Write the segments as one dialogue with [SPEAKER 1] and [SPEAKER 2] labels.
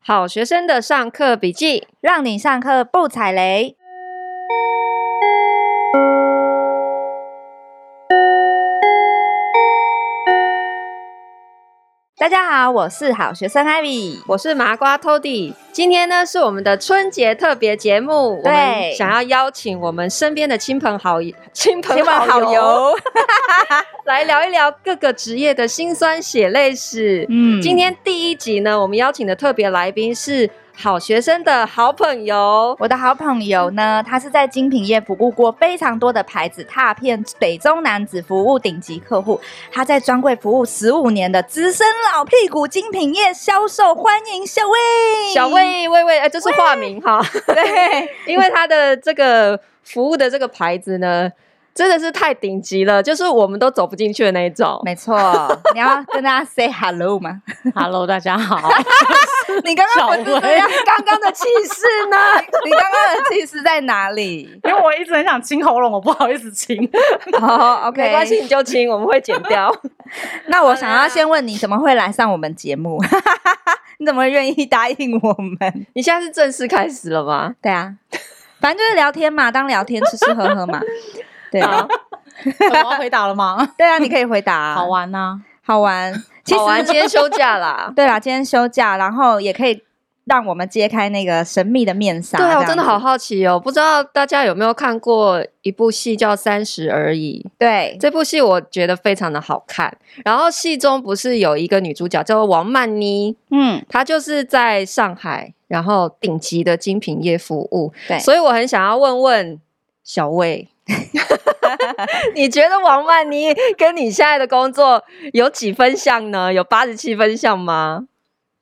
[SPEAKER 1] 好学生的上课笔记，
[SPEAKER 2] 让你上课不踩雷。大家好，我是好学生 Ivy。
[SPEAKER 1] 我是麻瓜 Tody。今天呢是我们的春节特别节目，我
[SPEAKER 2] 对
[SPEAKER 1] 们想要邀请我们身边的亲朋好友、亲朋
[SPEAKER 2] 亲朋
[SPEAKER 1] 好
[SPEAKER 2] 好
[SPEAKER 1] 友
[SPEAKER 2] 友
[SPEAKER 1] 来聊一聊各个职业的辛酸血泪史。
[SPEAKER 2] 嗯
[SPEAKER 1] 今天第一集呢，我们邀请的特别来宾是好学生的好朋友。
[SPEAKER 2] 我的好朋友呢，他是在精品业服务过非常多的牌子，踏遍北中南，只服务顶级客户。他在专柜服务十五年的资深老屁股，精品业销售，欢迎小魏。
[SPEAKER 1] 小，魏魏魏，呃，这是化名哈，
[SPEAKER 2] 对，
[SPEAKER 1] 因为他的这个服务的这个牌子呢，真的是太顶级了，就是我们都走不进去的那一种。
[SPEAKER 2] 没 错，你要跟大家 say hello 吗？
[SPEAKER 3] Hello，大家好。
[SPEAKER 2] 你刚刚不是这样，
[SPEAKER 1] 刚刚的气势呢？
[SPEAKER 2] 你刚刚的气势在哪 里？
[SPEAKER 3] 因为我一直很想清喉咙，我不好意思 清。
[SPEAKER 2] 哦、o k
[SPEAKER 1] 没关系，。你就亲，我们会剪掉。
[SPEAKER 2] 那我想要先问你，怎么会来上我们节目？ 你怎么愿意答应我们？
[SPEAKER 1] 你现在是正式开始了吗？
[SPEAKER 2] 对啊，反正就是聊天嘛，当聊天吃吃喝喝嘛。对
[SPEAKER 1] 好
[SPEAKER 2] 啊，
[SPEAKER 3] 我要回答了吗？
[SPEAKER 2] 对啊，你可以回答、啊。
[SPEAKER 3] 好，玩呐、
[SPEAKER 2] 好玩。其实。
[SPEAKER 1] 好玩，今天休假啦
[SPEAKER 2] 对啦，今天休假，然后也可以让我们揭开那个神秘的面 纱。
[SPEAKER 1] 对啊，
[SPEAKER 2] 这
[SPEAKER 1] 我
[SPEAKER 2] 样
[SPEAKER 1] 真的
[SPEAKER 2] 子
[SPEAKER 1] 好好奇哦，不知道大家有没有看过一部戏叫《三十而已》。
[SPEAKER 2] 对
[SPEAKER 1] 这部戏我觉得非常的好看。然后戏中不是有一个女主角叫做王曼妮，
[SPEAKER 2] 嗯，
[SPEAKER 1] 她就是在上海，然后顶级的精品业服务。
[SPEAKER 2] 对
[SPEAKER 1] 所以我很想要问问小魏。 你觉得王曼妮跟你现在的工作有几分像呢？有八十七分像吗？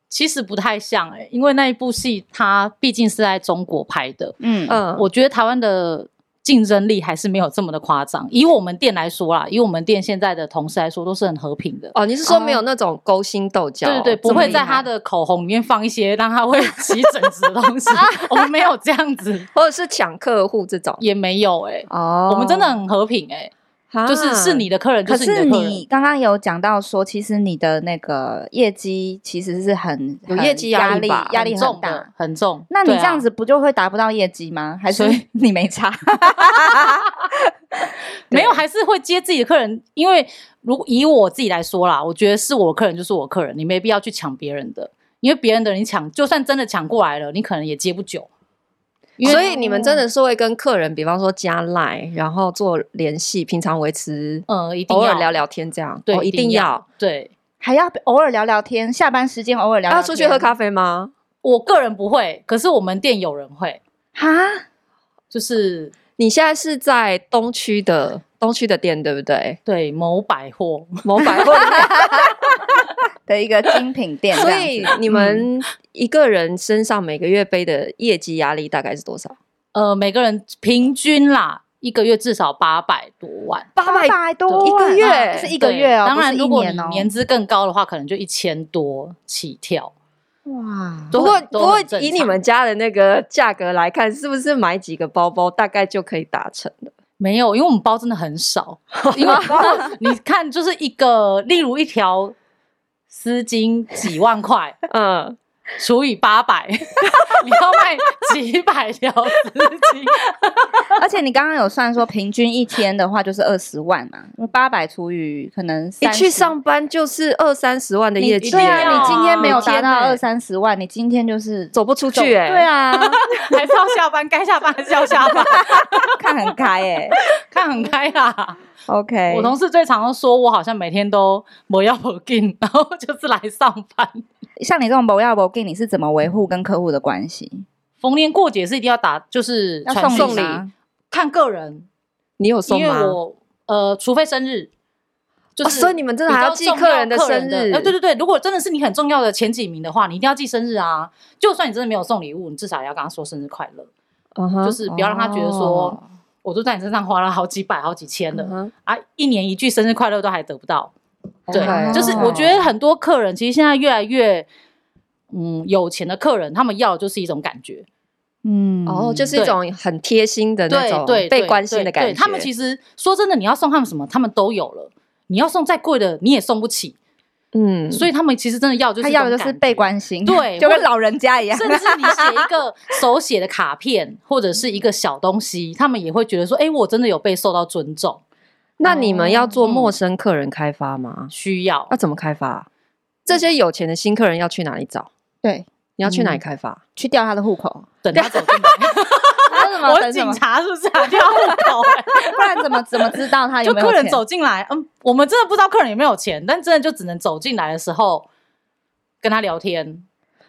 [SPEAKER 3] 其实不太像哎、因为那一部戏它毕竟是在中国拍的，
[SPEAKER 2] 嗯
[SPEAKER 1] 嗯，
[SPEAKER 3] 我觉得台湾的竞争力还是没有这么的夸张。以我们店来说啦，以我们店现在的同事来说，都是很和平的。
[SPEAKER 1] 哦，你是说没有那种勾心斗角？哦
[SPEAKER 3] 对对对，
[SPEAKER 1] 这么
[SPEAKER 3] 不会
[SPEAKER 1] 厉
[SPEAKER 3] 在
[SPEAKER 1] 害
[SPEAKER 3] 他的口红里面放一些让他会起疹子的 东西，我们没有这样子，
[SPEAKER 1] 或者是抢客户这种。
[SPEAKER 3] 也没有哎、
[SPEAKER 1] 哦
[SPEAKER 3] 我们真的很和平哎、
[SPEAKER 1] 啊
[SPEAKER 3] 就是是你的客人就
[SPEAKER 2] 可
[SPEAKER 3] 是
[SPEAKER 2] 是
[SPEAKER 3] 你的客人，
[SPEAKER 2] 你刚刚有讲到说，其实你的那个业绩其实是很
[SPEAKER 1] 有
[SPEAKER 2] 很
[SPEAKER 1] 业绩压
[SPEAKER 2] 压
[SPEAKER 1] 力吧
[SPEAKER 2] 压力
[SPEAKER 3] 很
[SPEAKER 2] 很
[SPEAKER 3] 重
[SPEAKER 2] 大
[SPEAKER 3] 的。，很重。
[SPEAKER 2] 那你
[SPEAKER 3] 对
[SPEAKER 2] 这
[SPEAKER 3] 啊
[SPEAKER 2] 样子不就会达不到业绩吗？还是
[SPEAKER 3] 所以
[SPEAKER 2] 你没差？对
[SPEAKER 3] 没有，还是会接自己的客人，因为如果以我自己来说啦，我觉得是我客人就是我客人，你没必要去抢别人的，因为别人的你抢，就算真的抢过来了，你可能也接不久。因为
[SPEAKER 1] 所以你们真的是会跟客人，比方说加赖，然后做联系，平常维持
[SPEAKER 3] 呃，一定
[SPEAKER 1] 偶
[SPEAKER 3] 要
[SPEAKER 1] 尔聊，聊天这样，
[SPEAKER 3] 对，
[SPEAKER 1] 哦、一定要。
[SPEAKER 3] 对
[SPEAKER 2] 还要偶尔聊聊天，下班时间偶尔聊聊
[SPEAKER 1] 要
[SPEAKER 2] 天，
[SPEAKER 1] 出去喝咖啡吗？
[SPEAKER 3] 我个人不会，可是我们店有人会，
[SPEAKER 2] 哈？
[SPEAKER 3] 就是
[SPEAKER 1] 你现在是在东区的东区的店，对不对？
[SPEAKER 3] 对某百货，
[SPEAKER 1] 某百货的店，
[SPEAKER 2] 的一个精品店，
[SPEAKER 1] 所
[SPEAKER 2] 啊这样
[SPEAKER 1] 以
[SPEAKER 2] 子嗯
[SPEAKER 1] 你们一个人身上每个月背的业绩压力大概是多少？
[SPEAKER 3] 呃，每个人平均啦，一个月至少八百多万。
[SPEAKER 1] 八
[SPEAKER 2] 八百多
[SPEAKER 1] 一个
[SPEAKER 2] 万
[SPEAKER 1] 月
[SPEAKER 2] 是一个月哦，
[SPEAKER 3] 对当然，
[SPEAKER 2] 不是一
[SPEAKER 3] 如果
[SPEAKER 2] 年
[SPEAKER 3] 你
[SPEAKER 2] 哦，
[SPEAKER 3] 年资更高的话，可能就一千多起跳。
[SPEAKER 2] 哇，
[SPEAKER 3] 都
[SPEAKER 1] 不过
[SPEAKER 3] 很
[SPEAKER 1] 不
[SPEAKER 3] 都
[SPEAKER 1] 过
[SPEAKER 3] 很正
[SPEAKER 1] 以你
[SPEAKER 3] 常
[SPEAKER 1] 们家的那个价格来看，是不是买几个包包大概就可以达成了？
[SPEAKER 3] 没有，因为我们包真的 很少， 因为你看，就是一个，例如一条丝巾几 万块，
[SPEAKER 1] 嗯，
[SPEAKER 3] 除以八百， 你要卖几百条丝巾，
[SPEAKER 2] 而且你刚刚有算说平均一天的话就是二十万嘛，因为八百除以可能
[SPEAKER 1] 一
[SPEAKER 2] 30
[SPEAKER 1] 去上班就是二三十万的
[SPEAKER 2] 你
[SPEAKER 1] 业绩耶，
[SPEAKER 2] 对
[SPEAKER 3] 一定
[SPEAKER 2] 啊，
[SPEAKER 3] 要
[SPEAKER 2] 你
[SPEAKER 3] 啊
[SPEAKER 2] 今天没有
[SPEAKER 1] 每
[SPEAKER 2] 达
[SPEAKER 1] 天
[SPEAKER 2] 到
[SPEAKER 1] 欸
[SPEAKER 2] 二三十万，你今天就是
[SPEAKER 1] 走不出
[SPEAKER 2] 走
[SPEAKER 1] 去哎、
[SPEAKER 2] 对，啊，
[SPEAKER 3] 还是要下班，该下班还是要下 班，
[SPEAKER 2] 看很开 哎、
[SPEAKER 3] 看很开啦。
[SPEAKER 2] OK，
[SPEAKER 3] 我同事最常说我好像每天都没要不进，然后就是来上班。
[SPEAKER 2] 像你这种不要不给，你是怎么维护跟客户的关系？
[SPEAKER 3] 逢年过节是一定要打，就是
[SPEAKER 2] 要
[SPEAKER 3] 传
[SPEAKER 2] 送
[SPEAKER 3] 送
[SPEAKER 2] 礼啊
[SPEAKER 3] 礼，
[SPEAKER 2] 吗
[SPEAKER 3] 看个人，
[SPEAKER 1] 你有送
[SPEAKER 3] 因为
[SPEAKER 1] 吗？
[SPEAKER 3] 我呃，除非生日，就
[SPEAKER 1] 哦
[SPEAKER 3] 是、
[SPEAKER 1] 所以你们真的还要记客人的生日
[SPEAKER 3] 呃，对对对，如果真的是你很重要的前几名的话，你一定要记生日啊。就算你真的没有送礼物，你至少也要跟他说生日快乐，
[SPEAKER 1] 嗯哼
[SPEAKER 3] 就是不要让他觉得说、
[SPEAKER 2] 哦
[SPEAKER 3] 我都在你身上花了好几百、好几千了、
[SPEAKER 1] 嗯哼
[SPEAKER 3] 啊，一年一句生日快乐都还得不到。对
[SPEAKER 1] OK
[SPEAKER 3] 就是我觉得很多客人其实现在越来越。嗯，有钱的客人，他们要的就是一种感觉，
[SPEAKER 2] 嗯
[SPEAKER 1] 哦，就是一
[SPEAKER 3] 对
[SPEAKER 1] 种很贴心的那
[SPEAKER 3] 对
[SPEAKER 1] 种
[SPEAKER 3] 对，
[SPEAKER 1] 被关心
[SPEAKER 3] 对
[SPEAKER 1] 的感觉。
[SPEAKER 3] 对他们其实说真的，你要送他们什么，他们都有了。你要送再贵的，你也送不起。
[SPEAKER 1] 嗯，
[SPEAKER 3] 所以他们其实真的要就是
[SPEAKER 2] 他
[SPEAKER 3] 这种
[SPEAKER 2] 要的就是
[SPEAKER 3] 感觉
[SPEAKER 2] 被关心，
[SPEAKER 3] 对
[SPEAKER 2] 就
[SPEAKER 3] 或
[SPEAKER 2] 跟老人家一样。
[SPEAKER 3] 甚至你写一个手写的卡片或者是一个小东西，他们也会觉得说，哎、我真的有被受到尊重，
[SPEAKER 1] 那你们要做
[SPEAKER 3] 嗯
[SPEAKER 1] 陌生客人开发吗？
[SPEAKER 3] 需要
[SPEAKER 2] 哦
[SPEAKER 1] 要怎么开发啊、这些有钱的新客人要去哪里找？
[SPEAKER 2] 对，
[SPEAKER 1] 你要去哪里开发？
[SPEAKER 2] 去调他的户口，
[SPEAKER 3] 等他走进来。
[SPEAKER 2] 啊怎么
[SPEAKER 3] 我
[SPEAKER 2] 等什
[SPEAKER 3] 警
[SPEAKER 2] 么？
[SPEAKER 3] 察是不是啊？掉户口、哎
[SPEAKER 2] 不然怎么怎么知道哎他有
[SPEAKER 3] 就
[SPEAKER 2] 没有
[SPEAKER 3] 客人
[SPEAKER 2] 钱
[SPEAKER 3] 走进来，嗯，我们真的不知道客人有没有钱，但真的就只能走进来的时候跟他聊天。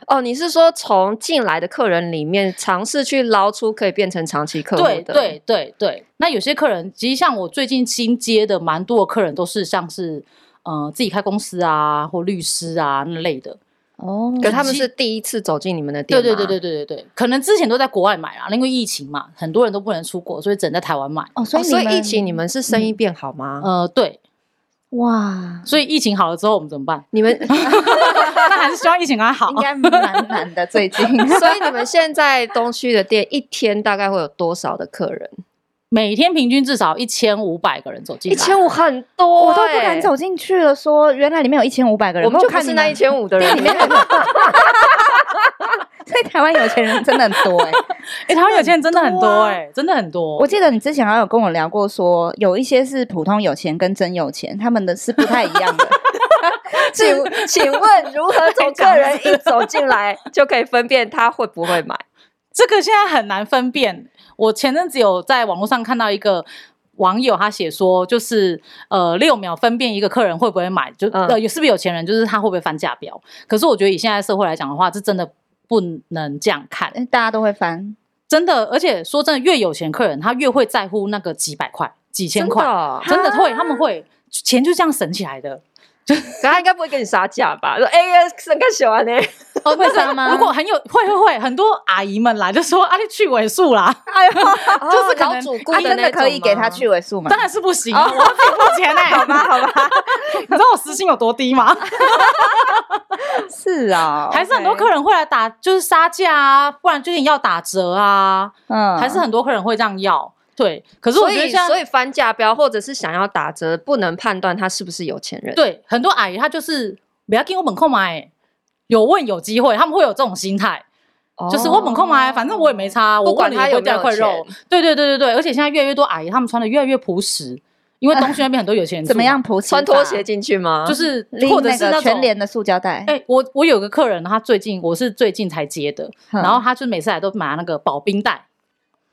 [SPEAKER 1] 哦，你是说从进来的客人里面尝试去捞出可以变成长期客户
[SPEAKER 3] 对
[SPEAKER 1] 的？
[SPEAKER 3] 对对对，那有些客人，其实像我最近新接的蛮多的客人都是像是呃自己开公司啊，或律师啊那类的。
[SPEAKER 2] 哦，
[SPEAKER 1] 可他们是第一次走进你们的店
[SPEAKER 3] 对
[SPEAKER 1] 吗，
[SPEAKER 3] 对对对对对对，可能之前都在国外买啦，因为疫情嘛，很多人都不能出国，所以只能在台湾买。
[SPEAKER 2] 哦，所
[SPEAKER 1] 哦。
[SPEAKER 2] 以
[SPEAKER 1] 所
[SPEAKER 2] 你
[SPEAKER 1] 以嗯
[SPEAKER 2] 们
[SPEAKER 1] 疫情你们是生意变好吗？？
[SPEAKER 3] 呃，对，
[SPEAKER 2] 哇，
[SPEAKER 3] 所以疫情好了之后我们怎么办
[SPEAKER 1] 你 们，
[SPEAKER 3] 那还是希望疫情赶快好
[SPEAKER 2] 应。该蛮难的最近。
[SPEAKER 1] 所以你们现在东区的店一天大概会有多少的客人？
[SPEAKER 3] 每天平均至少一千五百个人走进
[SPEAKER 1] 一
[SPEAKER 3] 来，
[SPEAKER 1] 千五很多、欸
[SPEAKER 2] 我都不敢，走进去了，说原来里面有一千五百个人，
[SPEAKER 1] 我们就不
[SPEAKER 2] 看
[SPEAKER 1] 是那 一千五的人
[SPEAKER 2] 店里面，很多。所以台湾有钱人真的很多哎、
[SPEAKER 3] 哎、台湾有钱人真的很
[SPEAKER 2] 多
[SPEAKER 3] 多
[SPEAKER 2] 啊
[SPEAKER 3] 哎、真的很多。
[SPEAKER 2] 我记得你之前好像有跟我聊过说，有一些是普通有钱跟真有钱，他们的是不太一样 的。
[SPEAKER 1] 请请问如何从客人一走进来就可以分辨他会不会买？
[SPEAKER 3] 这个现在很难分辨。我前阵子有在网络上看到一个网友，他写说，就是呃六秒分辨一个客人会不会买，就、
[SPEAKER 1] 嗯
[SPEAKER 3] 呃有是不是有钱人，就是他会不会翻价表。可是我觉得以现在社会来讲的话，这真的不能这样看，
[SPEAKER 2] 大家都会 翻，
[SPEAKER 3] 真的。而且说真的，越有钱客人，他越会在乎那个几百块、几千块，
[SPEAKER 1] 可
[SPEAKER 3] 真的哦会，他们会钱就这样省起来的。
[SPEAKER 1] 他应该不会跟你杀价吧？说哎，生个小啊呢？
[SPEAKER 3] 哦，会
[SPEAKER 2] 杀吗
[SPEAKER 3] 如果很有，会会会，很多阿姨们来就说啊，你去尾数啦。
[SPEAKER 2] 哎呦，
[SPEAKER 1] 就是
[SPEAKER 3] 可
[SPEAKER 1] 搞
[SPEAKER 3] 能
[SPEAKER 1] 主顾
[SPEAKER 2] 啊、真
[SPEAKER 1] 那
[SPEAKER 2] 的可以
[SPEAKER 1] 种吗
[SPEAKER 2] 给他去。尾数吗
[SPEAKER 3] 当？然是不行啊，我要付付钱呢、好吧，好吧， 你知道我时薪有多低吗？
[SPEAKER 2] 是啊、
[SPEAKER 3] 还是很多客人会来打，就是杀价啊，不然就是要打折啊，
[SPEAKER 2] 嗯
[SPEAKER 3] 还是很多客人会这样要。对， 可是我
[SPEAKER 1] 所
[SPEAKER 3] 觉得
[SPEAKER 1] 以，
[SPEAKER 3] 像
[SPEAKER 1] 所以翻价标或者是想要打折，不能判断他是不是有钱人。，
[SPEAKER 3] 对很多阿姨她就是不要给我门口买，欸有问有机会，他们会有这种心态，
[SPEAKER 1] 哦
[SPEAKER 3] 就是我门口买，反正我也没差，我
[SPEAKER 1] 不管
[SPEAKER 3] 问
[SPEAKER 1] 他
[SPEAKER 3] 了也
[SPEAKER 1] 有
[SPEAKER 3] 不
[SPEAKER 1] 没
[SPEAKER 3] 掉
[SPEAKER 1] 有
[SPEAKER 3] 一块肉。
[SPEAKER 1] 钱
[SPEAKER 3] 对对对对对，而且现在越来越多阿姨她们穿的越来越朴实，因为东区那边很多有钱人
[SPEAKER 2] 怎么
[SPEAKER 3] 住
[SPEAKER 2] 样普及
[SPEAKER 1] 穿
[SPEAKER 2] 法
[SPEAKER 1] 拖鞋，进去吗？
[SPEAKER 3] 就是
[SPEAKER 2] 拎
[SPEAKER 3] 或者
[SPEAKER 2] 那
[SPEAKER 3] 是
[SPEAKER 2] 个
[SPEAKER 3] 那
[SPEAKER 2] 全
[SPEAKER 3] 种
[SPEAKER 2] 脸的塑胶袋，
[SPEAKER 3] 哎、我我有个客人，他最近我是最近才接的，
[SPEAKER 2] 嗯
[SPEAKER 3] 然后他就每次来都拿那个保 冰袋，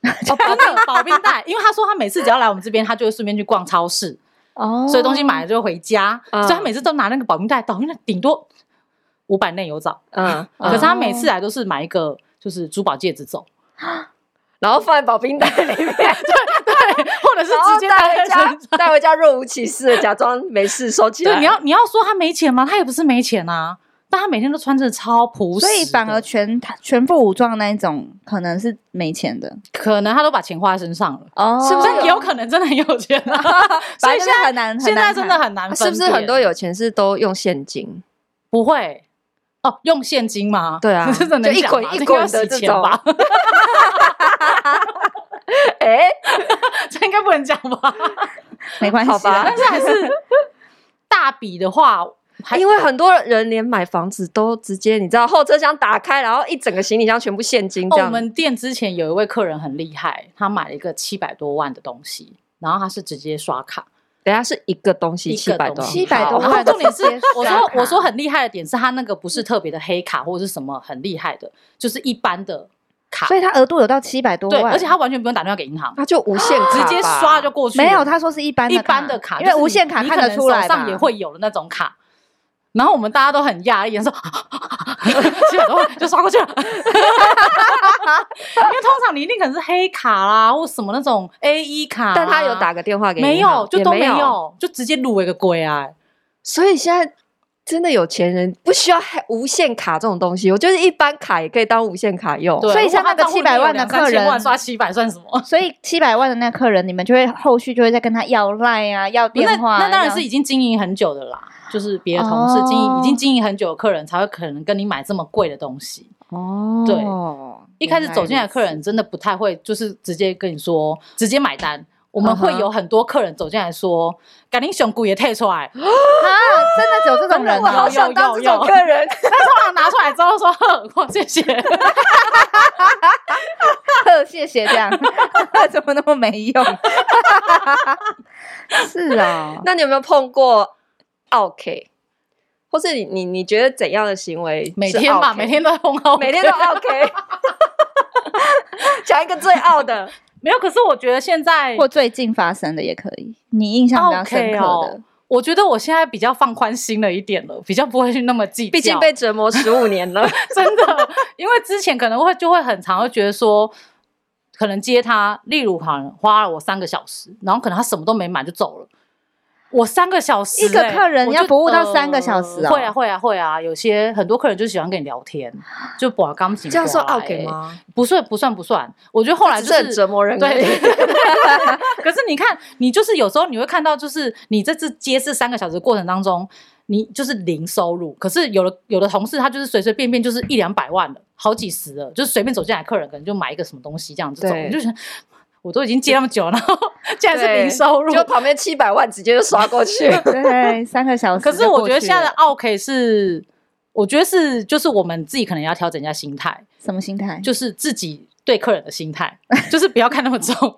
[SPEAKER 3] 哦，保冰保冰袋，因为他说他每次只要来我们这边，他就会顺便去逛超市，
[SPEAKER 2] 哦
[SPEAKER 3] 所以东西买了就回家，
[SPEAKER 1] 嗯
[SPEAKER 3] 所以他每次都拿那个保冰袋，保冰袋顶多五百内有找，
[SPEAKER 1] 嗯，嗯
[SPEAKER 3] 可是他每次来都是买一个就是珠宝戒指走，
[SPEAKER 1] 然后放在保冰袋里 面，
[SPEAKER 3] 或者是
[SPEAKER 2] 哦
[SPEAKER 1] 然后
[SPEAKER 3] 直接
[SPEAKER 1] 带回
[SPEAKER 3] 带
[SPEAKER 1] 家，带回家若无其事的假装没事收起来。
[SPEAKER 3] 对，你要你要说他没钱吗？他也不是没钱啊，但他每天都穿着超朴实的，
[SPEAKER 2] 所以反而全全副武装那一种，可能是没钱的
[SPEAKER 3] 可能他都把钱花在身上了。
[SPEAKER 2] 哦
[SPEAKER 1] 是不是
[SPEAKER 3] 但有可能真的很有钱啊，所
[SPEAKER 2] 反
[SPEAKER 3] 以
[SPEAKER 2] 正
[SPEAKER 3] 现在
[SPEAKER 2] 很难，
[SPEAKER 3] 现在真的
[SPEAKER 2] 很
[SPEAKER 3] 很难分
[SPEAKER 1] 啊是
[SPEAKER 3] 辨，
[SPEAKER 1] 不是很多有钱是都用现金？
[SPEAKER 3] 不会哦？用现金吗？
[SPEAKER 1] 对啊
[SPEAKER 3] 真的能
[SPEAKER 1] 就一
[SPEAKER 3] 讲吗
[SPEAKER 1] 捆一
[SPEAKER 3] 这应该
[SPEAKER 1] 捆
[SPEAKER 3] 要
[SPEAKER 1] 的
[SPEAKER 3] 洗
[SPEAKER 1] 这
[SPEAKER 3] 钱 吧？
[SPEAKER 1] 哎，
[SPEAKER 3] 这应该不能讲吧？
[SPEAKER 2] 没关系啦，
[SPEAKER 1] 好吧
[SPEAKER 3] 但是啊还是大笔的话，还哦
[SPEAKER 1] 因为很多人连买房子都直接，你知道后车厢打开，然后一整个行李箱全部现金
[SPEAKER 3] 哦
[SPEAKER 1] 这样。
[SPEAKER 3] 我们店之前有一位客人很厉害，他买了一个七百多万的东西，然后他是直接刷卡，
[SPEAKER 1] 等一下是一个东西
[SPEAKER 3] 一
[SPEAKER 1] 七
[SPEAKER 3] 个
[SPEAKER 1] 百
[SPEAKER 3] 东
[SPEAKER 1] 多，
[SPEAKER 3] 西
[SPEAKER 2] 700多
[SPEAKER 3] 好然后
[SPEAKER 2] 万
[SPEAKER 3] 重点是
[SPEAKER 2] 直接，
[SPEAKER 3] 我
[SPEAKER 2] 刷
[SPEAKER 3] 说
[SPEAKER 2] 卡
[SPEAKER 3] 我说很厉害的点是他那个不是特别的黑卡或者是什么很厉害的，就是一般的卡
[SPEAKER 2] 所，以他额度有到七百多
[SPEAKER 3] 对，
[SPEAKER 2] 万，
[SPEAKER 3] 而且他完全不用打电话给银行。
[SPEAKER 1] 那就无限
[SPEAKER 3] 直接刷就过去了。
[SPEAKER 2] 没有，他说是一般的
[SPEAKER 3] 一般的卡，
[SPEAKER 2] 因为
[SPEAKER 3] 就是
[SPEAKER 2] 无限卡
[SPEAKER 3] 你
[SPEAKER 2] 看
[SPEAKER 3] 可
[SPEAKER 2] 得
[SPEAKER 3] 能
[SPEAKER 2] 出来
[SPEAKER 3] 手
[SPEAKER 2] 吧
[SPEAKER 3] 上也会有的那种卡。然后我们大家都很讶异，说 基本都会就刷过去了，因 为通常你一定可能是黑卡啦，或什么那种 A 一卡啊，
[SPEAKER 1] 但他有打个电话给
[SPEAKER 3] 没
[SPEAKER 1] 银行
[SPEAKER 3] 有就
[SPEAKER 1] 也
[SPEAKER 3] 都
[SPEAKER 1] 没
[SPEAKER 3] 没，有，就直接撸了一个龟啊！
[SPEAKER 1] 所以现在。真的有钱人不需要还无限卡这种东西，我觉得一般卡也可以当无限卡用。
[SPEAKER 3] 对
[SPEAKER 2] 所以像那个
[SPEAKER 3] 如果他
[SPEAKER 2] 700万的
[SPEAKER 3] 账户
[SPEAKER 2] 客
[SPEAKER 3] 里面有两三
[SPEAKER 2] 人
[SPEAKER 3] 千万刷七百 算什么？
[SPEAKER 2] 所以七百万的那客人，你们就会后续就会再跟他要赖啊，要电
[SPEAKER 3] 那
[SPEAKER 2] 话啊、
[SPEAKER 3] 那当然
[SPEAKER 2] 要
[SPEAKER 3] 是已经经营很久的啦，就是别的同事经营、
[SPEAKER 2] 哦
[SPEAKER 3] 已经经营很久的客人才会可能跟你买这么贵的东西。
[SPEAKER 2] 哦，
[SPEAKER 3] 对一开始走进来的客
[SPEAKER 2] 原
[SPEAKER 3] 人真的不太会，就是直接跟你说直接买单。我们会
[SPEAKER 1] 嗯哼
[SPEAKER 3] 有很多客人走进来说：“赶紧熊骨也退出来。
[SPEAKER 2] 啊，真的只有这种人
[SPEAKER 1] 我好
[SPEAKER 2] 哦、
[SPEAKER 1] 想当这
[SPEAKER 3] 有有
[SPEAKER 1] 种
[SPEAKER 3] 有
[SPEAKER 1] 客 人，”
[SPEAKER 3] 但通常拿出来之后说：“呵，谢谢。
[SPEAKER 2] 呵，谢谢这样， 怎么那么没用？ 是啊、
[SPEAKER 1] 那你有没有碰过 OK？或是你你你觉得怎样的行为是”
[SPEAKER 3] 每天吧，
[SPEAKER 1] OK？
[SPEAKER 3] 每天都在碰到，
[SPEAKER 1] 每天 都 OK。讲一个最傲的，
[SPEAKER 3] 没有。可是我觉得现在
[SPEAKER 2] 或最近发生的也可以，你印象比较深
[SPEAKER 3] OK
[SPEAKER 2] 刻的。
[SPEAKER 3] 哦，我觉得我现在比较放宽心了一点了，比较不会去那么计 较。
[SPEAKER 1] 毕竟被折磨十五年 了。
[SPEAKER 3] 真的，因为之前可能会就会很常会觉得说，可能接他，例如好像花了我三个小时，然后可能他什么都没买就走了。我三个小时、
[SPEAKER 2] 一个
[SPEAKER 3] 欸
[SPEAKER 2] 客人
[SPEAKER 3] 我
[SPEAKER 2] 要
[SPEAKER 3] 就
[SPEAKER 2] 服务到
[SPEAKER 3] 呃
[SPEAKER 2] 三个小时哦
[SPEAKER 3] 会啊，会啊，会啊。有些很多客人就喜欢跟你聊天，就把钢琴
[SPEAKER 1] 这样算
[SPEAKER 2] 啊
[SPEAKER 3] 过来
[SPEAKER 1] OK 吗？
[SPEAKER 3] 啊不算，不算，不算。我觉得后来
[SPEAKER 1] 只
[SPEAKER 3] 就是
[SPEAKER 1] 哎很折磨人哎而已。
[SPEAKER 3] 对， 可是你看，你就是有时候你会看到，就是你在这接这三个小时的过程当中，你就是零收入。可是有的有的同事他就是随随便便就是一两百万了，好几十了，就是随便走进来客人可能就买一个什么东西这样就走，
[SPEAKER 1] 对
[SPEAKER 3] 你就觉得我都已经接那么久了，然后 竟然是
[SPEAKER 1] 对
[SPEAKER 3] 零收入。
[SPEAKER 1] 就旁边七百万直接就刷过 去。
[SPEAKER 2] 对，三个小时。
[SPEAKER 3] 可是 我觉得现在的 OK 是，我觉得是就是我们自己可能要调整一下心态，
[SPEAKER 2] 什么心态？
[SPEAKER 3] 就是自己对客人的心态，就是不要看那 么重。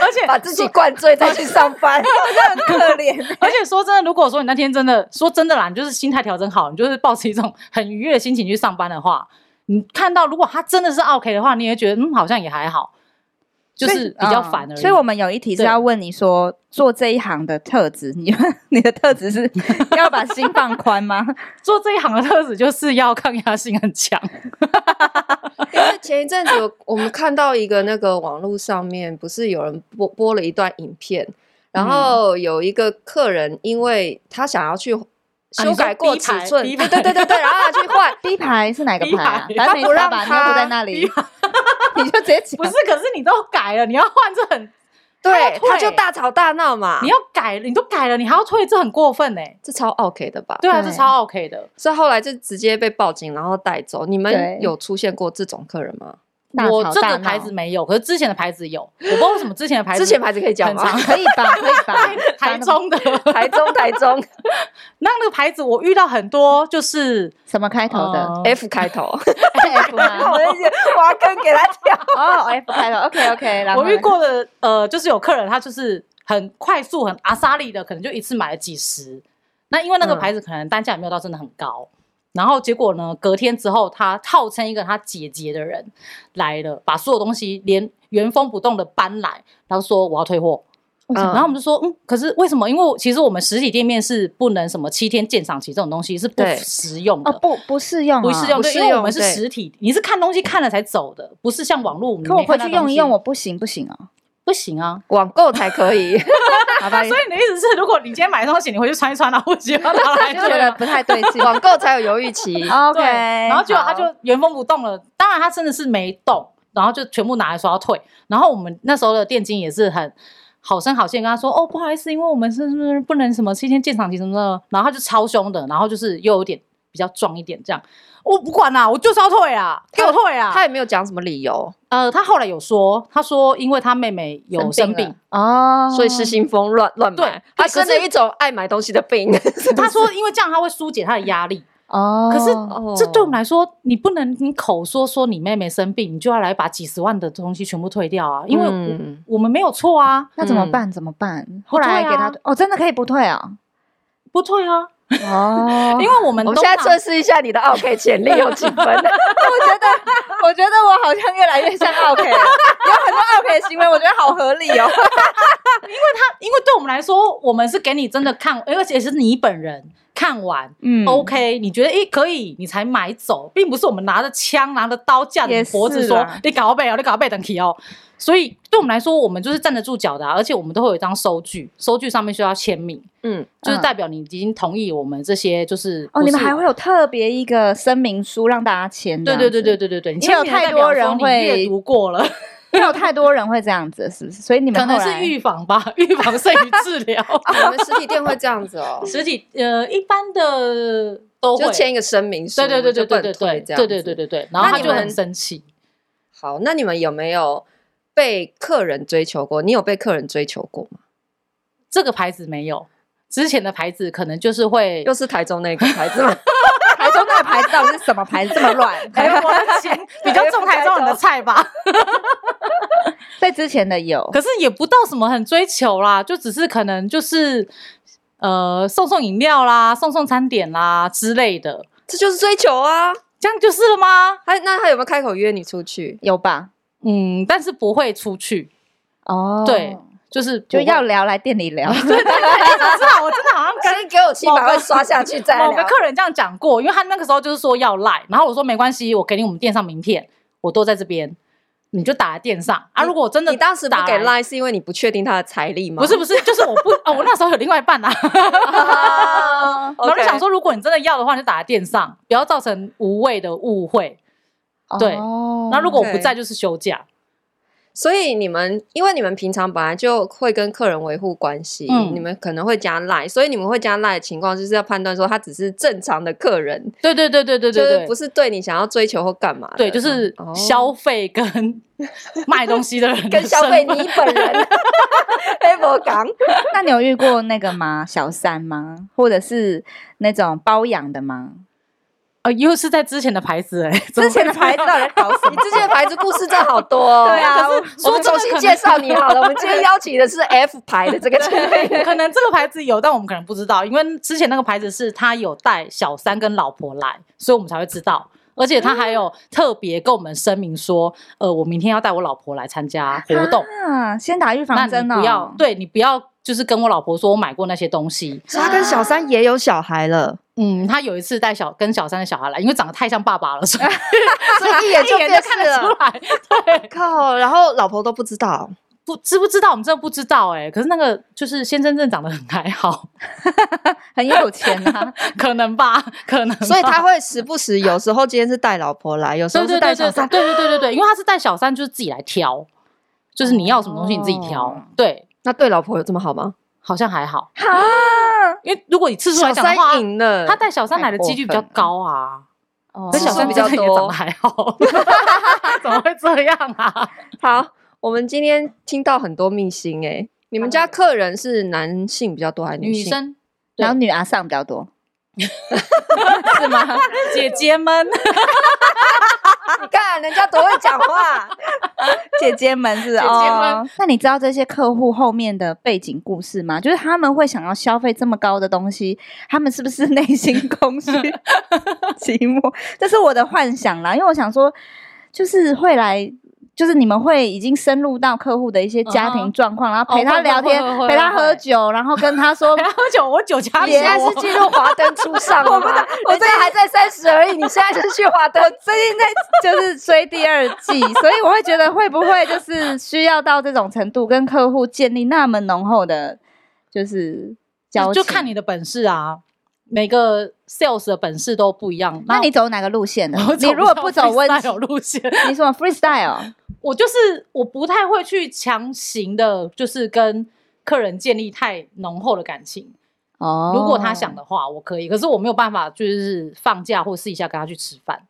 [SPEAKER 3] 而且
[SPEAKER 1] 把自己灌醉再去上 班，真的很可怜。
[SPEAKER 3] 而且说真的，如果说你那天真的说真的啦，你就是心态调整好，你就是抱持一种很愉悦的心情去上班的话，你看到如果他真的是 OK 的话，你也觉得嗯好像也还好，就是比较烦而已。
[SPEAKER 2] 啊所以我们有一题是
[SPEAKER 3] 对
[SPEAKER 2] 要问你说，做这一行的特质，你 你的特质 是要把心放宽吗？
[SPEAKER 3] 做这一行的特质就是要抗压性 很强。
[SPEAKER 1] 因为 前一阵子我我们看到一个那个网络上面不是有人播播了一段影片，然后有一个客人因为他想要去修改过
[SPEAKER 3] 你
[SPEAKER 1] 尺
[SPEAKER 3] 说
[SPEAKER 1] 寸，
[SPEAKER 3] B 牌 B
[SPEAKER 1] 对对
[SPEAKER 3] 牌
[SPEAKER 1] 对对对，然后他去换
[SPEAKER 2] B 牌是哪个牌啊
[SPEAKER 3] B 牌？
[SPEAKER 2] 反正
[SPEAKER 1] 他不让
[SPEAKER 2] 吧，
[SPEAKER 1] 他
[SPEAKER 2] 尿布在那里， 你就直接讲
[SPEAKER 3] 不是，可是你都改了，你要换这很，
[SPEAKER 1] 对，
[SPEAKER 3] 退
[SPEAKER 1] 他就大吵大闹嘛
[SPEAKER 3] 你。要改，你都改了，你还要退，这很过分哎、
[SPEAKER 1] 这超 OK 的吧？
[SPEAKER 3] 对啊，
[SPEAKER 2] 对
[SPEAKER 3] 这超 OK 的。
[SPEAKER 1] 所以后来就直接被报警，然后带走。你
[SPEAKER 2] 对
[SPEAKER 1] 们有出现过这种客人吗？
[SPEAKER 2] 大
[SPEAKER 3] 我
[SPEAKER 2] 吵
[SPEAKER 3] 这
[SPEAKER 2] 大
[SPEAKER 3] 个
[SPEAKER 2] 闹
[SPEAKER 3] 牌子没有，可是之前的牌子有，我不知道为什么之前的牌子
[SPEAKER 1] 之前牌子可以讲吗？
[SPEAKER 3] 很
[SPEAKER 2] 啊可以吧？可以吧？
[SPEAKER 3] 台中的，
[SPEAKER 1] 台中，台中
[SPEAKER 3] 那那个牌子我遇到很多就是
[SPEAKER 2] 什么开头的
[SPEAKER 3] 呃
[SPEAKER 1] F 开 头，
[SPEAKER 2] ？F 吗？
[SPEAKER 1] 我就挖坑给他跳。
[SPEAKER 2] 哦，F 开头，OK OK，然后
[SPEAKER 3] 我
[SPEAKER 2] 呢
[SPEAKER 3] 遇过的呃，就是有客人他就是很快速、很阿莎利的，可能就一次买了几十。那因为那个
[SPEAKER 1] 嗯
[SPEAKER 3] 牌子可能单价也没有到真的很高，然后结果呢，隔天之后他号称一个他姐姐的人来了，把所有东西连原封不动的搬来，然后说我要退货。
[SPEAKER 1] 嗯
[SPEAKER 3] 然后我们就说，嗯，可是为什么？因为其实我们实体店面是不能什么七天鉴赏期这种东西是不
[SPEAKER 1] 对
[SPEAKER 3] 实用的
[SPEAKER 2] 哦，，不不适用啊，
[SPEAKER 3] 不适用，
[SPEAKER 1] 不
[SPEAKER 3] 对，
[SPEAKER 1] 适
[SPEAKER 3] 因为我
[SPEAKER 1] 用
[SPEAKER 3] 们是
[SPEAKER 1] 对
[SPEAKER 3] 实体，你是看东西看了才走的，不是像网络。
[SPEAKER 2] 可我
[SPEAKER 3] 你没
[SPEAKER 2] 回
[SPEAKER 3] 看到
[SPEAKER 2] 去用一用，
[SPEAKER 3] 东西
[SPEAKER 2] 我不行不行 哦，
[SPEAKER 3] 不行啊。
[SPEAKER 1] 网购才可 以，
[SPEAKER 2] 好吧，
[SPEAKER 3] 所以你的意思是，如果你今天买双鞋，你回去穿一穿，然后不喜欢拿 来
[SPEAKER 2] 就觉得不太对 劲。
[SPEAKER 1] 网购才有犹豫期。
[SPEAKER 2] OK，
[SPEAKER 3] 对，然后结果他就嗯
[SPEAKER 2] 好
[SPEAKER 3] 原封不动了。当然，他真的是没动，然后就全部拿来说要退。然后我们那时候的店经也是很好声好气地跟他说：“哦，不好意思，因为我们是是不能什么七天鉴赏期什么的。”然后他就超凶的，然后就是又有点比较壮一点这样。我不管啦、我就是要退啊，给我退啊！
[SPEAKER 1] 他也没有讲什么理由，
[SPEAKER 3] 呃，他后来有说，他说因为他妹妹有生
[SPEAKER 2] 生
[SPEAKER 3] 病，
[SPEAKER 2] 哦，
[SPEAKER 1] 所以失心疯乱乱买
[SPEAKER 3] 对，
[SPEAKER 1] 他
[SPEAKER 3] 对可
[SPEAKER 1] 生
[SPEAKER 3] 是
[SPEAKER 1] 了一种爱买东西的病。
[SPEAKER 3] 他说因为这样他会疏解他的压力。
[SPEAKER 2] 哦，
[SPEAKER 3] 可是
[SPEAKER 1] 哦
[SPEAKER 3] 这对我们来说，你不能你口说说你妹妹生病，你就要来把几十万的东西全部退掉啊，因为我,、
[SPEAKER 1] 嗯
[SPEAKER 3] 我们没有错啊，
[SPEAKER 2] 那怎么办？怎么办？后
[SPEAKER 3] 退
[SPEAKER 2] 来
[SPEAKER 3] 啊
[SPEAKER 2] 给他哦，真的可以不退哦，
[SPEAKER 3] 不退啊，
[SPEAKER 2] 哦
[SPEAKER 3] 因，为我们
[SPEAKER 1] 我们
[SPEAKER 3] 都
[SPEAKER 1] 现在
[SPEAKER 3] 拿
[SPEAKER 1] 测试一下你的 OK 潜力有几 分？
[SPEAKER 2] 我觉得，我觉得我好像越来越像 OK，了有 很多 OK 的行为，我觉得好合理哦。
[SPEAKER 3] 因为对我们来说，我们是给你真的看，而且是你本人看完。
[SPEAKER 2] 嗯
[SPEAKER 3] OK，你觉得诶、可以，你才买走，并不是我们拿着枪、拿着刀架着
[SPEAKER 2] 也
[SPEAKER 3] 你脖子
[SPEAKER 2] 是
[SPEAKER 3] 说
[SPEAKER 2] 啦
[SPEAKER 3] 你搞背哦，你搞背等起哦。所以对我们来说，我们就是站得住脚的、啊，而且我们都会有一张收据，收据上面需要签名，
[SPEAKER 1] 嗯，
[SPEAKER 3] 就是
[SPEAKER 2] 嗯
[SPEAKER 3] 代表你已经同意我们这些，就是
[SPEAKER 2] 哦，
[SPEAKER 3] 不
[SPEAKER 2] 你们
[SPEAKER 3] 是
[SPEAKER 2] 还会有特别一个声明书让大家签？
[SPEAKER 3] 对对对对，对对对，你
[SPEAKER 2] 因为有
[SPEAKER 3] 签名
[SPEAKER 2] 太
[SPEAKER 3] 的代表
[SPEAKER 2] 多
[SPEAKER 3] 说
[SPEAKER 2] 人
[SPEAKER 3] 你
[SPEAKER 2] 会
[SPEAKER 3] 阅读过了，
[SPEAKER 2] 因为有太多人会这样子，是不是？所以你们
[SPEAKER 3] 可能
[SPEAKER 2] 后
[SPEAKER 3] 是
[SPEAKER 2] 来
[SPEAKER 3] 预防吧，预防胜于治疗。
[SPEAKER 1] 你们实体店会这样子 哦，
[SPEAKER 3] 实体呃，一般的都
[SPEAKER 1] 就
[SPEAKER 3] 哦会
[SPEAKER 1] 签一个声明书，
[SPEAKER 3] 对对对对
[SPEAKER 1] 就不
[SPEAKER 3] 对
[SPEAKER 1] 能
[SPEAKER 3] 对对
[SPEAKER 1] 退
[SPEAKER 3] 对
[SPEAKER 1] 这样子
[SPEAKER 3] 对对对对，然后
[SPEAKER 1] 那
[SPEAKER 3] 他
[SPEAKER 1] 你
[SPEAKER 3] 就很
[SPEAKER 1] 们
[SPEAKER 3] 生气。
[SPEAKER 1] 好，那你们有没有被客人追求过？你有被客人追求过吗？
[SPEAKER 3] 这个牌子没有，之前的牌子可能就是会
[SPEAKER 1] 又是台中那个牌子 吗？
[SPEAKER 2] 台中那个牌子到底是什么牌子这么 乱？
[SPEAKER 3] 哎我的钱比较重台中人 的菜吧，
[SPEAKER 2] 在之前的有，
[SPEAKER 3] 可是也不到什么很追求啦，就只是可能就是呃送送饮料啦，送送餐点啦之类的，
[SPEAKER 1] 这就是追求啊！
[SPEAKER 3] 这样就是了吗？
[SPEAKER 1] 他那他有没有开口约你出去？
[SPEAKER 2] 有吧？
[SPEAKER 3] 嗯，但是不会出去，
[SPEAKER 2] 哦，
[SPEAKER 3] 对，就是
[SPEAKER 2] 就
[SPEAKER 3] 不会
[SPEAKER 2] 要聊来店里 聊，
[SPEAKER 3] 哎我知道，我真的好像
[SPEAKER 1] 赶紧给我七百
[SPEAKER 3] 某
[SPEAKER 1] 万
[SPEAKER 3] 个
[SPEAKER 1] 刷下去再来
[SPEAKER 3] 某个
[SPEAKER 1] 聊。
[SPEAKER 3] 客人这样讲过，因为他那个时候就是说要赖，然后我说没关系，我给你我们店上名片，我都在这边，你就打来店上啊。如果我真的
[SPEAKER 1] 你当时不
[SPEAKER 3] 打
[SPEAKER 1] 给
[SPEAKER 3] 来，
[SPEAKER 1] Line 是因为你不确定他的财力吗？
[SPEAKER 3] 不 是不是，就是我不哦，我那时候有另外一半啦、
[SPEAKER 1] 啊，
[SPEAKER 2] 哦
[SPEAKER 3] 然后就想
[SPEAKER 1] 说，
[SPEAKER 3] 说，如果你真的要的话，你就打来店上，不要造成无谓的误会。对
[SPEAKER 2] 哦
[SPEAKER 3] 那如果我不
[SPEAKER 1] 对
[SPEAKER 3] 在，就是休假。
[SPEAKER 1] 所以你们因为你们平常本来就会跟客人维护关系，
[SPEAKER 3] 嗯
[SPEAKER 1] 你们可能会加 Line，所以你们会加 Line 的情况就是要判断说他只是正常的客人，
[SPEAKER 3] 对对对对对对
[SPEAKER 1] 就是
[SPEAKER 3] 对，
[SPEAKER 1] 不是对你想要追求或干嘛的，
[SPEAKER 3] 对，就是
[SPEAKER 1] 哦
[SPEAKER 3] 消费跟 卖东西的人的
[SPEAKER 1] 跟消费
[SPEAKER 3] 身份
[SPEAKER 1] 你本 人。黑佛港
[SPEAKER 2] 那你有遇过那个吗？小三吗？或者是那种包养的吗？
[SPEAKER 3] 呃，又是在之前的牌子哎、怎
[SPEAKER 2] 之
[SPEAKER 3] 么
[SPEAKER 2] 前的牌子到底在搞什么？
[SPEAKER 1] 之前的牌子故事真的好多、 哦，
[SPEAKER 2] 对啊
[SPEAKER 1] 我
[SPEAKER 3] 我
[SPEAKER 1] 说
[SPEAKER 3] 们真
[SPEAKER 1] 重
[SPEAKER 3] 的
[SPEAKER 1] 新
[SPEAKER 3] 可能
[SPEAKER 1] 介绍你好了，我们 今天邀请的是 F 牌的这个
[SPEAKER 3] 可能这个牌子有，但我们可能不知道，因为之前那个牌子是他有带小三跟老婆来，所以我们才会知道。而且他还有特别跟我们声明说，呃，我明天要带我老婆来参加活动，
[SPEAKER 2] 啊，先打预
[SPEAKER 3] 那
[SPEAKER 2] 防针
[SPEAKER 3] 你
[SPEAKER 2] 哦。
[SPEAKER 3] 不要，对你不要就是跟我老婆说我买过那些东西。
[SPEAKER 1] 所以他跟小三也有小孩 了，
[SPEAKER 3] 嗯，他有一次带小跟小三的小孩来，因为长得太像爸爸了，所以
[SPEAKER 1] 所以一眼就
[SPEAKER 3] 一眼就
[SPEAKER 1] 辨
[SPEAKER 3] 看
[SPEAKER 1] 识
[SPEAKER 3] 得出
[SPEAKER 1] 了。
[SPEAKER 3] 来。
[SPEAKER 1] 靠，然后老婆都不知道，
[SPEAKER 3] 不知不知道，我们真的不知道哎、可是那个就是先生正长得很还好，
[SPEAKER 2] 很有钱啊。
[SPEAKER 3] 可能吧，可能吧。
[SPEAKER 1] 所以他会时不时，有时候今天是带老婆来，有时候
[SPEAKER 3] 对
[SPEAKER 1] 是
[SPEAKER 3] 对
[SPEAKER 1] 带
[SPEAKER 3] 对
[SPEAKER 1] 小
[SPEAKER 3] 对
[SPEAKER 1] 三
[SPEAKER 3] 对。对对对对，因为他是带小三，就是自己来挑，就是你要什么东西你自己挑。
[SPEAKER 2] 哦
[SPEAKER 3] 对，
[SPEAKER 1] 那对老婆有这么好吗？
[SPEAKER 3] 好像还好，
[SPEAKER 2] 哈，
[SPEAKER 3] 因为如果以次数来
[SPEAKER 1] 小
[SPEAKER 3] 讲的话
[SPEAKER 1] 三，赢了，
[SPEAKER 3] 他带小三来的几率比
[SPEAKER 1] 太
[SPEAKER 3] 较
[SPEAKER 1] 过分了
[SPEAKER 3] 高啊。
[SPEAKER 2] 哦
[SPEAKER 3] 可是小三
[SPEAKER 1] 次数比
[SPEAKER 3] 真
[SPEAKER 1] 较
[SPEAKER 3] 的也
[SPEAKER 1] 多
[SPEAKER 3] 长得还好， 怎么会这样啊？
[SPEAKER 1] 好，我们今天听到很多秘辛哎、你们家客人是男性比较多还是
[SPEAKER 3] 女
[SPEAKER 1] 性？
[SPEAKER 3] 生
[SPEAKER 2] 然后女阿上比较多，
[SPEAKER 3] 是吗？ 姐姐们，
[SPEAKER 1] 你看人家多会讲话，
[SPEAKER 2] 姐姐们是
[SPEAKER 3] 姐们
[SPEAKER 2] 哦。那你知道这些客户后面的背景故事吗？就是他们会想要消费这么高的东西，他们是不是内心空 虚、寂寞？这是我的幻想啦，因为我想说，就是会来。就是你们会已经深入到客户的一些家
[SPEAKER 3] 嗯
[SPEAKER 2] 庭
[SPEAKER 3] 哼
[SPEAKER 2] 状况，然后
[SPEAKER 3] 哦
[SPEAKER 2] 陪他
[SPEAKER 3] 会
[SPEAKER 2] 聊
[SPEAKER 3] 会
[SPEAKER 2] 天
[SPEAKER 3] 会会，
[SPEAKER 2] 陪他
[SPEAKER 3] 会
[SPEAKER 2] 喝酒，然后跟他 说
[SPEAKER 3] 然后酒我酒加
[SPEAKER 1] 你
[SPEAKER 3] 别
[SPEAKER 1] 现在
[SPEAKER 3] 我
[SPEAKER 1] 是进入华灯初上了吗？
[SPEAKER 2] 我
[SPEAKER 1] 人家还在三十而已，你现在是去华灯。
[SPEAKER 2] 最近在就是追第二季，所以我会觉得会不会就是需要到这种程度，跟客户建立那么浓厚的就是交情？
[SPEAKER 3] 就看。你的本事啊，每个 sales 的本事都不一样。
[SPEAKER 2] 那你走哪个路线的
[SPEAKER 3] 我？
[SPEAKER 2] 你如果不走温
[SPEAKER 3] 那
[SPEAKER 2] 情，
[SPEAKER 3] 有路线，
[SPEAKER 2] 你什么 freestyle？
[SPEAKER 3] 我就是我不太会去强行的，就是跟客人建立太浓厚的感情。
[SPEAKER 2] 哦，
[SPEAKER 3] 如果他想，的话，我可以，可是我没有办法，就是放假或试一下跟他去吃饭，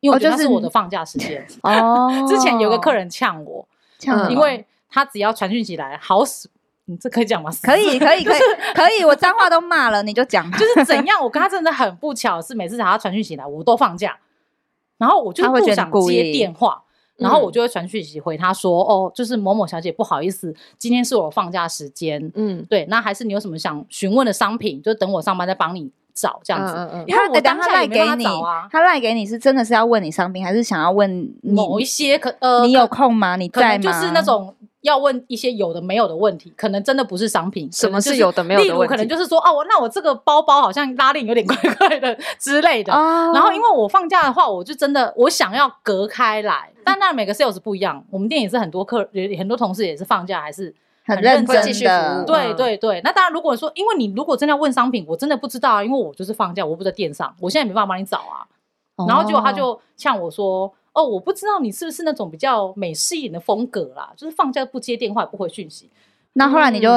[SPEAKER 3] 因
[SPEAKER 2] 哦
[SPEAKER 3] 为我觉得
[SPEAKER 2] 就
[SPEAKER 3] 那
[SPEAKER 2] 是
[SPEAKER 3] 是我的放假时 间。
[SPEAKER 2] 哦啊
[SPEAKER 3] 之前有个客人呛我，
[SPEAKER 2] 呛
[SPEAKER 1] 嗯
[SPEAKER 2] 你，
[SPEAKER 3] 因为他只要传讯息来，好死，你这可以讲吗？
[SPEAKER 2] 可以可以可以可以，我脏话都骂了，你就讲，就
[SPEAKER 3] 就是怎样，我跟他真的很不巧，是每次他传讯息来，我都放假，然后我就
[SPEAKER 2] 他会觉
[SPEAKER 3] 不
[SPEAKER 2] 得
[SPEAKER 3] 想
[SPEAKER 2] 故
[SPEAKER 3] 接
[SPEAKER 2] 意
[SPEAKER 3] 电话，然后
[SPEAKER 1] 嗯
[SPEAKER 3] 我就会传讯息回他说，哦，就是某某小姐，不好意思，今天是我放假时间，
[SPEAKER 1] 嗯，
[SPEAKER 3] 对，那还是你有什么想询问的商品，就等我上班再帮你找这样子。
[SPEAKER 1] 嗯嗯嗯
[SPEAKER 3] 因为
[SPEAKER 2] 哎
[SPEAKER 3] 我
[SPEAKER 2] 等
[SPEAKER 3] 当
[SPEAKER 2] 他
[SPEAKER 3] 下
[SPEAKER 2] 赖
[SPEAKER 3] 也没办
[SPEAKER 2] 给
[SPEAKER 3] 法
[SPEAKER 2] 你
[SPEAKER 3] 找啊，，
[SPEAKER 2] 他赖给你是真的是要问你商品，还是想要问
[SPEAKER 1] 嗯
[SPEAKER 2] 你
[SPEAKER 3] 某一些可呃，
[SPEAKER 2] 你有
[SPEAKER 3] 可
[SPEAKER 2] 空吗？你
[SPEAKER 3] 可
[SPEAKER 2] 在
[SPEAKER 3] 能
[SPEAKER 2] 吗？
[SPEAKER 3] 就是那种要问一些有的没有的问题，可能真的不是商品，
[SPEAKER 1] 什
[SPEAKER 3] 可
[SPEAKER 1] 么
[SPEAKER 3] 能就是
[SPEAKER 1] 有的没有的
[SPEAKER 3] 例如
[SPEAKER 1] 问
[SPEAKER 3] 可能
[SPEAKER 1] 题
[SPEAKER 3] 就是说哦，我那我这个包包好像拉链有点怪怪的之类的。
[SPEAKER 2] 哦，
[SPEAKER 1] 嗯
[SPEAKER 3] 然后因为我放假的话，我就真的我想要隔开来，但那每个 sales 不一样，我们店也是很多客也很多同事也是放假还是
[SPEAKER 2] 很
[SPEAKER 3] 很
[SPEAKER 2] 认
[SPEAKER 3] 认
[SPEAKER 2] 真
[SPEAKER 3] 真
[SPEAKER 1] 继续服
[SPEAKER 2] 的，
[SPEAKER 1] 务
[SPEAKER 3] 对
[SPEAKER 1] 嗯
[SPEAKER 3] 对对，那当然，如果说，因为你如果真的要问商品，我真的不知道啊，因为我就是放假，我不在店上，我现在也没办法帮你找啊。
[SPEAKER 2] 哦
[SPEAKER 3] 然后结果他就呛我说：“哦，我不知道你是不是那种比较美式一点的风格啦，就是放假不接电话，也不回讯息。
[SPEAKER 2] 那后来你就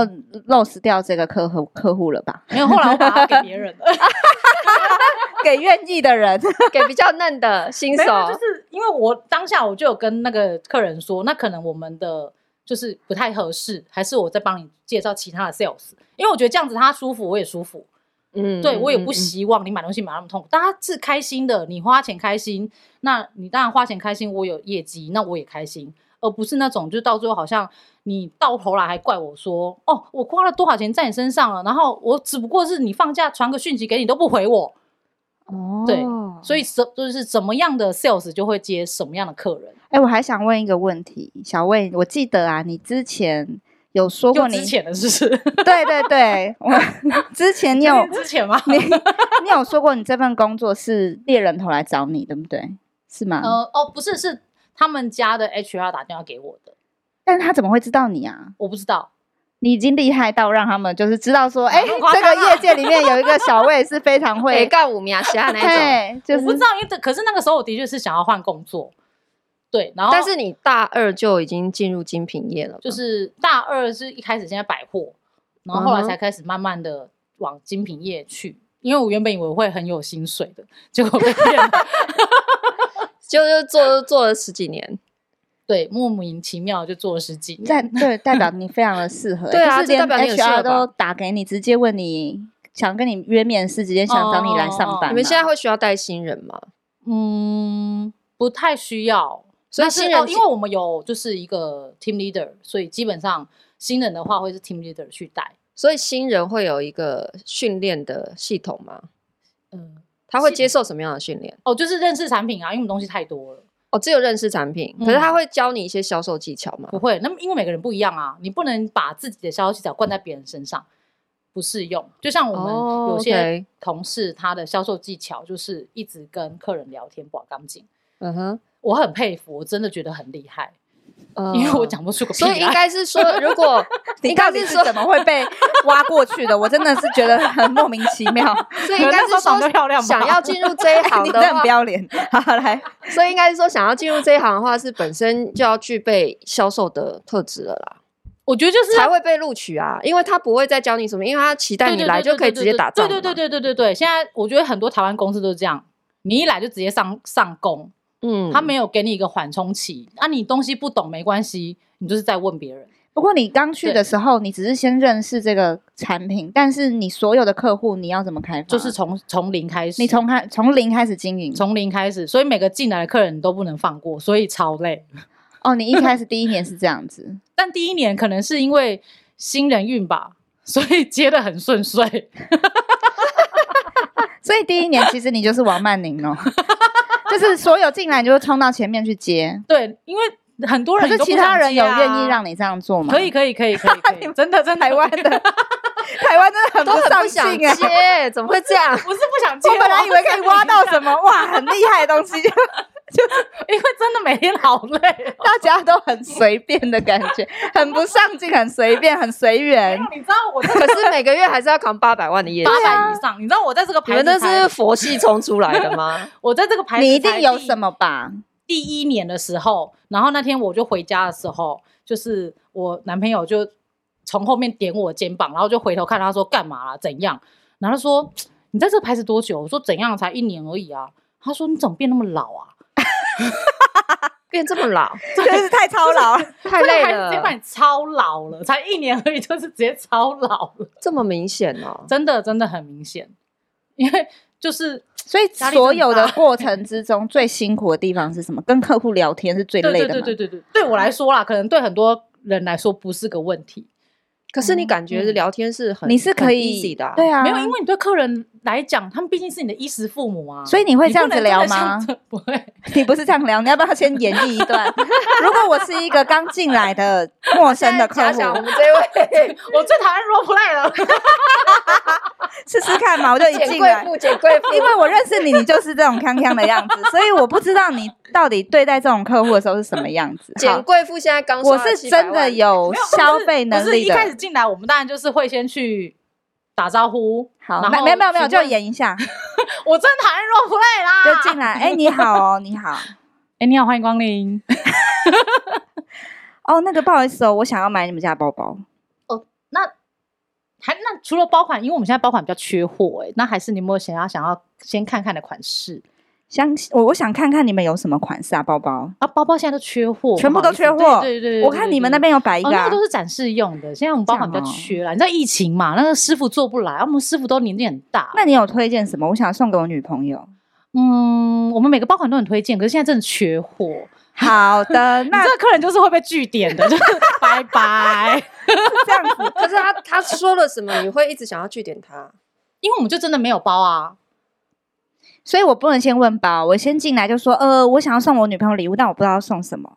[SPEAKER 2] lose 掉这个客户客户了吧？”
[SPEAKER 3] 没有，后来我把它给别人了，
[SPEAKER 2] 给愿意的人，
[SPEAKER 1] 给比较嫩的新
[SPEAKER 3] 没有，
[SPEAKER 1] 手，
[SPEAKER 3] 就是因为为我当下我就有跟那个客人说，那可能我们的就是不太合适，还是我再帮你介绍其他的 sales，因为我觉得这样子他舒服，我也舒服。
[SPEAKER 1] 嗯
[SPEAKER 3] 对我也
[SPEAKER 1] 嗯嗯
[SPEAKER 3] 不希望你买东西买那么痛苦，大家是开心的，你花钱开心，那你当然花钱开心，我有业绩，那我也开心，而不是那种就到最后好像你到头来还怪我说，哦，我花了多少钱在你身上了，然后我只不过是你放假传个讯息给你都不回我，
[SPEAKER 2] 哦
[SPEAKER 3] 对所以什就是怎么样的 sales 就会接什么样的客人，
[SPEAKER 2] 哎、我还想问一个问题，小魏，我记得啊，你之前有说
[SPEAKER 3] 就
[SPEAKER 2] 过你
[SPEAKER 3] 之，前的是不是？
[SPEAKER 2] 对对对，我之前你有
[SPEAKER 3] 之前吗？
[SPEAKER 2] 你你有说过你这份工作是猎人头来找你，对不对？是吗？
[SPEAKER 3] 呃，哦，不是，是他们家的 HR 打电话给我的，
[SPEAKER 2] 但他怎么会知道你啊？
[SPEAKER 3] 我不知道。
[SPEAKER 2] 你已经厉害到让他们就是知道说，哎、
[SPEAKER 3] 那么夸
[SPEAKER 2] 这
[SPEAKER 3] 张
[SPEAKER 2] 个
[SPEAKER 3] 啊
[SPEAKER 2] 业界里面有一个小魏是非常
[SPEAKER 1] 北
[SPEAKER 2] 会，
[SPEAKER 1] 杠哎五名侠那一种。
[SPEAKER 2] 对，就
[SPEAKER 3] 我不知
[SPEAKER 2] 是
[SPEAKER 3] 道，因为可是那个时候我的确是想要换工作，对，然后
[SPEAKER 1] 但是你大二就已经进入精品业了，
[SPEAKER 3] 就是大二是一开始先在百货，然后后来
[SPEAKER 1] 嗯哼
[SPEAKER 3] 才开始慢慢的往精品业去。因为我原本以为我会很有薪水的，结果被骗了。
[SPEAKER 1] 就就做做了十几年。
[SPEAKER 3] 对，莫名其妙就做了十几年。
[SPEAKER 2] 在 对代表你非常的适 合、
[SPEAKER 1] 对啊
[SPEAKER 2] 就是
[SPEAKER 1] 这代
[SPEAKER 2] 连
[SPEAKER 1] 表你有趣
[SPEAKER 2] HR
[SPEAKER 1] 了吧
[SPEAKER 2] 都打给你，直接问你想跟你约面试，直接想找你来上班、
[SPEAKER 3] 哦
[SPEAKER 2] 啊。
[SPEAKER 1] 你们现在会需要带新人吗？
[SPEAKER 3] 嗯，不太需要。
[SPEAKER 1] 所以
[SPEAKER 3] 但是
[SPEAKER 1] 新人
[SPEAKER 3] 哦，因为我们有就是一个 team leader，所以基本上新人的话会是 team leader 去带。
[SPEAKER 1] 所以新人会有一个训练的系统吗？
[SPEAKER 3] 嗯，
[SPEAKER 1] 他会
[SPEAKER 3] 是
[SPEAKER 1] 接受什么样的训练？
[SPEAKER 3] 哦，就是认识产品啊，因为我们东西太多了。
[SPEAKER 1] 哦，只有认识产品，
[SPEAKER 3] 嗯
[SPEAKER 1] 可是他会教你一些销售技巧吗？
[SPEAKER 3] 不会，那么因为每个人不一样啊，你不能把自己的消息角灌在别人身上，不适用。就像我们
[SPEAKER 1] 哦
[SPEAKER 3] 有些
[SPEAKER 1] OK
[SPEAKER 3] 同事，他的销售技巧就是一直跟客人聊天，把钢筋。
[SPEAKER 1] 嗯哼，
[SPEAKER 3] 我很佩服，我真的觉得很厉害，
[SPEAKER 1] 呃
[SPEAKER 3] 因为我，讲不出个屁
[SPEAKER 1] 所
[SPEAKER 3] 来。
[SPEAKER 1] 以应该是说，如 果
[SPEAKER 2] 你
[SPEAKER 1] 应该
[SPEAKER 2] 到底
[SPEAKER 1] 是
[SPEAKER 2] 是
[SPEAKER 1] 说，
[SPEAKER 2] 怎么会被挖过去的？我真的是觉得很莫名其 妙。
[SPEAKER 1] 所以应该
[SPEAKER 3] 那时候
[SPEAKER 1] 是
[SPEAKER 3] 长得漂亮
[SPEAKER 1] 说，
[SPEAKER 3] 吧
[SPEAKER 1] 想要进入这一行
[SPEAKER 2] 你
[SPEAKER 1] 的
[SPEAKER 2] 哎真的哦很
[SPEAKER 1] 话
[SPEAKER 2] 不，要脸。 好，来，
[SPEAKER 1] 所以应该是说，想要进入这一行的话，是本身就要具备销售的特质了啦，
[SPEAKER 3] 我觉得就是
[SPEAKER 1] 才会被录取啊。因为他不会再教你什么，因为他期待
[SPEAKER 3] 对
[SPEAKER 1] 你
[SPEAKER 3] 对
[SPEAKER 1] 来
[SPEAKER 3] 对
[SPEAKER 1] 就可以直接打仗。
[SPEAKER 3] 对对对，对对对对，现在我觉得很多台湾公司都是这样，你一来就直接上上工，
[SPEAKER 1] 嗯，
[SPEAKER 3] 他没有给你一个缓冲期，啊，你东西不懂没关系，你就是在问别人。
[SPEAKER 2] 不过你刚去的时候，你只是先认识这个产品，但是你所有的客户你要怎么开
[SPEAKER 1] 啊
[SPEAKER 2] 发？
[SPEAKER 3] 就是从从零开始，
[SPEAKER 2] 你从开从零开始经营。
[SPEAKER 3] 从零开始，所以每个进来的客人你都不能放过，所以超累。
[SPEAKER 2] 哦，你一开始第一年是这样子，
[SPEAKER 3] 但第一年可能是因为新人运吧，所以接的很顺遂。
[SPEAKER 2] 所以第一年其实你就是王曼宁哦， 就是所有进来你就会冲到前面去接。
[SPEAKER 3] 对，因为很多
[SPEAKER 2] 可
[SPEAKER 3] 人
[SPEAKER 2] 是
[SPEAKER 3] 都不
[SPEAKER 2] 其
[SPEAKER 3] 想
[SPEAKER 2] 他人有
[SPEAKER 3] 接啊
[SPEAKER 2] 愿意让你这样做吗？
[SPEAKER 3] 可以，可以，可以，可以，可以真的，真的
[SPEAKER 2] 台湾 的台湾真的很
[SPEAKER 1] 都很
[SPEAKER 2] 上
[SPEAKER 1] 不想
[SPEAKER 3] 啊
[SPEAKER 2] 进哎、
[SPEAKER 1] 接，怎么会这样？
[SPEAKER 3] 不是不想接，
[SPEAKER 2] 我本来以为可以挖到什
[SPEAKER 3] 么，
[SPEAKER 2] 么哇很厉害的东西，就
[SPEAKER 3] 因为真的每天好累哦。
[SPEAKER 2] 大家都很随便的感觉，很不上进，很随便，很随缘。
[SPEAKER 3] 你知道我 这
[SPEAKER 1] 可是每个月还是要扛八百万的业绩
[SPEAKER 3] 八，百以上，你知道我在这个
[SPEAKER 1] 啊你
[SPEAKER 3] 牌
[SPEAKER 1] 们
[SPEAKER 3] 子
[SPEAKER 1] 那
[SPEAKER 3] 才
[SPEAKER 1] 是佛系冲出来的吗？
[SPEAKER 3] 我在这个牌子
[SPEAKER 2] 你一定
[SPEAKER 3] 才
[SPEAKER 2] 有
[SPEAKER 3] 第
[SPEAKER 2] 什么 吧？
[SPEAKER 3] 第一年的时候，然后那天我就回家的时候，就是我男朋友就从后面点我肩膀，然后就回头看他说干嘛啦，怎样？然后他说你在这牌子多久？我说怎样才一年而已啊。他说你怎么变那么老啊？
[SPEAKER 1] 变这么 老，
[SPEAKER 2] 真是太操劳了。
[SPEAKER 1] 太累
[SPEAKER 3] 这个牌子直接
[SPEAKER 1] 了，
[SPEAKER 3] 把你超老了，才一年而已，就是直接超老了，
[SPEAKER 1] 这么明显哦。
[SPEAKER 3] 真的真的很明显，因为就是
[SPEAKER 2] 所以
[SPEAKER 3] 压力
[SPEAKER 2] 所
[SPEAKER 3] 真的
[SPEAKER 2] 有的
[SPEAKER 3] 大
[SPEAKER 2] 过程之中，最辛苦的地方是什么？跟客户聊天是最
[SPEAKER 3] 对
[SPEAKER 2] 累
[SPEAKER 3] 对
[SPEAKER 2] 的
[SPEAKER 3] 对
[SPEAKER 2] 嘛嗯
[SPEAKER 3] 对对对，对我来说啦，可能对很多人来说不是个问题，
[SPEAKER 1] 可是你感觉聊天是很
[SPEAKER 2] 你是可
[SPEAKER 1] 很
[SPEAKER 2] 以
[SPEAKER 1] easy 的啊，
[SPEAKER 2] 对啊，
[SPEAKER 3] 没有，因为你对客人来讲，他们毕竟是你的衣食父母啊，
[SPEAKER 2] 所以你会这样子聊
[SPEAKER 3] 你不能
[SPEAKER 2] 吗
[SPEAKER 3] 真的像这？ 不会，
[SPEAKER 2] 你不是这样聊，你要不要先演绎一 段？如果我是一个刚进来的陌生的客
[SPEAKER 1] 假
[SPEAKER 2] 户，
[SPEAKER 1] 想我们 这位
[SPEAKER 3] 我最讨厌 role play 了。
[SPEAKER 2] 试试看嘛，我就一
[SPEAKER 1] 简
[SPEAKER 2] 进
[SPEAKER 1] 贵
[SPEAKER 2] 来，
[SPEAKER 1] 妇，简贵 妇，
[SPEAKER 2] 因为我认识你，你就是这种康康的样子，所以我不知道你到底对待这种客户的时候是什么样子。
[SPEAKER 1] 简
[SPEAKER 2] 好，
[SPEAKER 1] 贵妇现在刚
[SPEAKER 2] 我
[SPEAKER 1] 刷了
[SPEAKER 2] 是真
[SPEAKER 1] 700
[SPEAKER 2] 的
[SPEAKER 1] 万
[SPEAKER 2] 有消费能
[SPEAKER 3] 不是
[SPEAKER 2] 力
[SPEAKER 3] 一开
[SPEAKER 2] 的
[SPEAKER 3] 始。进来，我们当然就是会先去打招呼。
[SPEAKER 2] 好，
[SPEAKER 3] 然
[SPEAKER 2] 没
[SPEAKER 3] 后
[SPEAKER 2] 没有没有没有，
[SPEAKER 3] 询
[SPEAKER 2] 就
[SPEAKER 3] 问
[SPEAKER 2] 演一下，
[SPEAKER 3] 我真讨厌 role play 啦，
[SPEAKER 2] 就 进来。哎，你好哦，你好。
[SPEAKER 3] 哎，你好，欢迎光临。
[SPEAKER 2] 哦，那个不好意思哦，我想要买你们家包包。
[SPEAKER 3] 那还那除了包款，因为我们现在包款比较缺货，哎，那还是你有没有想要想要先看看的款式？
[SPEAKER 2] 相我我想看看你们有什么款式啊，包包。
[SPEAKER 3] 啊，包包现在都缺货，
[SPEAKER 2] 全部
[SPEAKER 3] 不
[SPEAKER 2] 都
[SPEAKER 3] 好意思
[SPEAKER 2] 缺货
[SPEAKER 3] 对对对对
[SPEAKER 2] 我看你们那。
[SPEAKER 3] 对对
[SPEAKER 2] 边有摆一
[SPEAKER 3] 哦，
[SPEAKER 2] 个、
[SPEAKER 3] 那
[SPEAKER 2] 啊
[SPEAKER 3] 个都是展示用的。现在我们包款比较
[SPEAKER 2] 这样哦
[SPEAKER 3] 缺啦，你知道疫情嘛，那个师傅做不来，我们师傅都年纪很大。
[SPEAKER 2] 那你有推荐什么？我想送给我女朋友。
[SPEAKER 3] 嗯，我们每个包款都很推荐，可是现在真的缺货。
[SPEAKER 2] 好 的，
[SPEAKER 3] 那
[SPEAKER 2] 那
[SPEAKER 3] 这个客人就是会被据点 的，就是拜拜。
[SPEAKER 2] 这样子，
[SPEAKER 1] 可是他他说了什么，你会一直想要据点他？
[SPEAKER 3] 因为我们就真的没有包啊，
[SPEAKER 2] 所以我不能先问包，我先进来就说，呃，我想要送我女朋友礼物，但我不知道要送什么。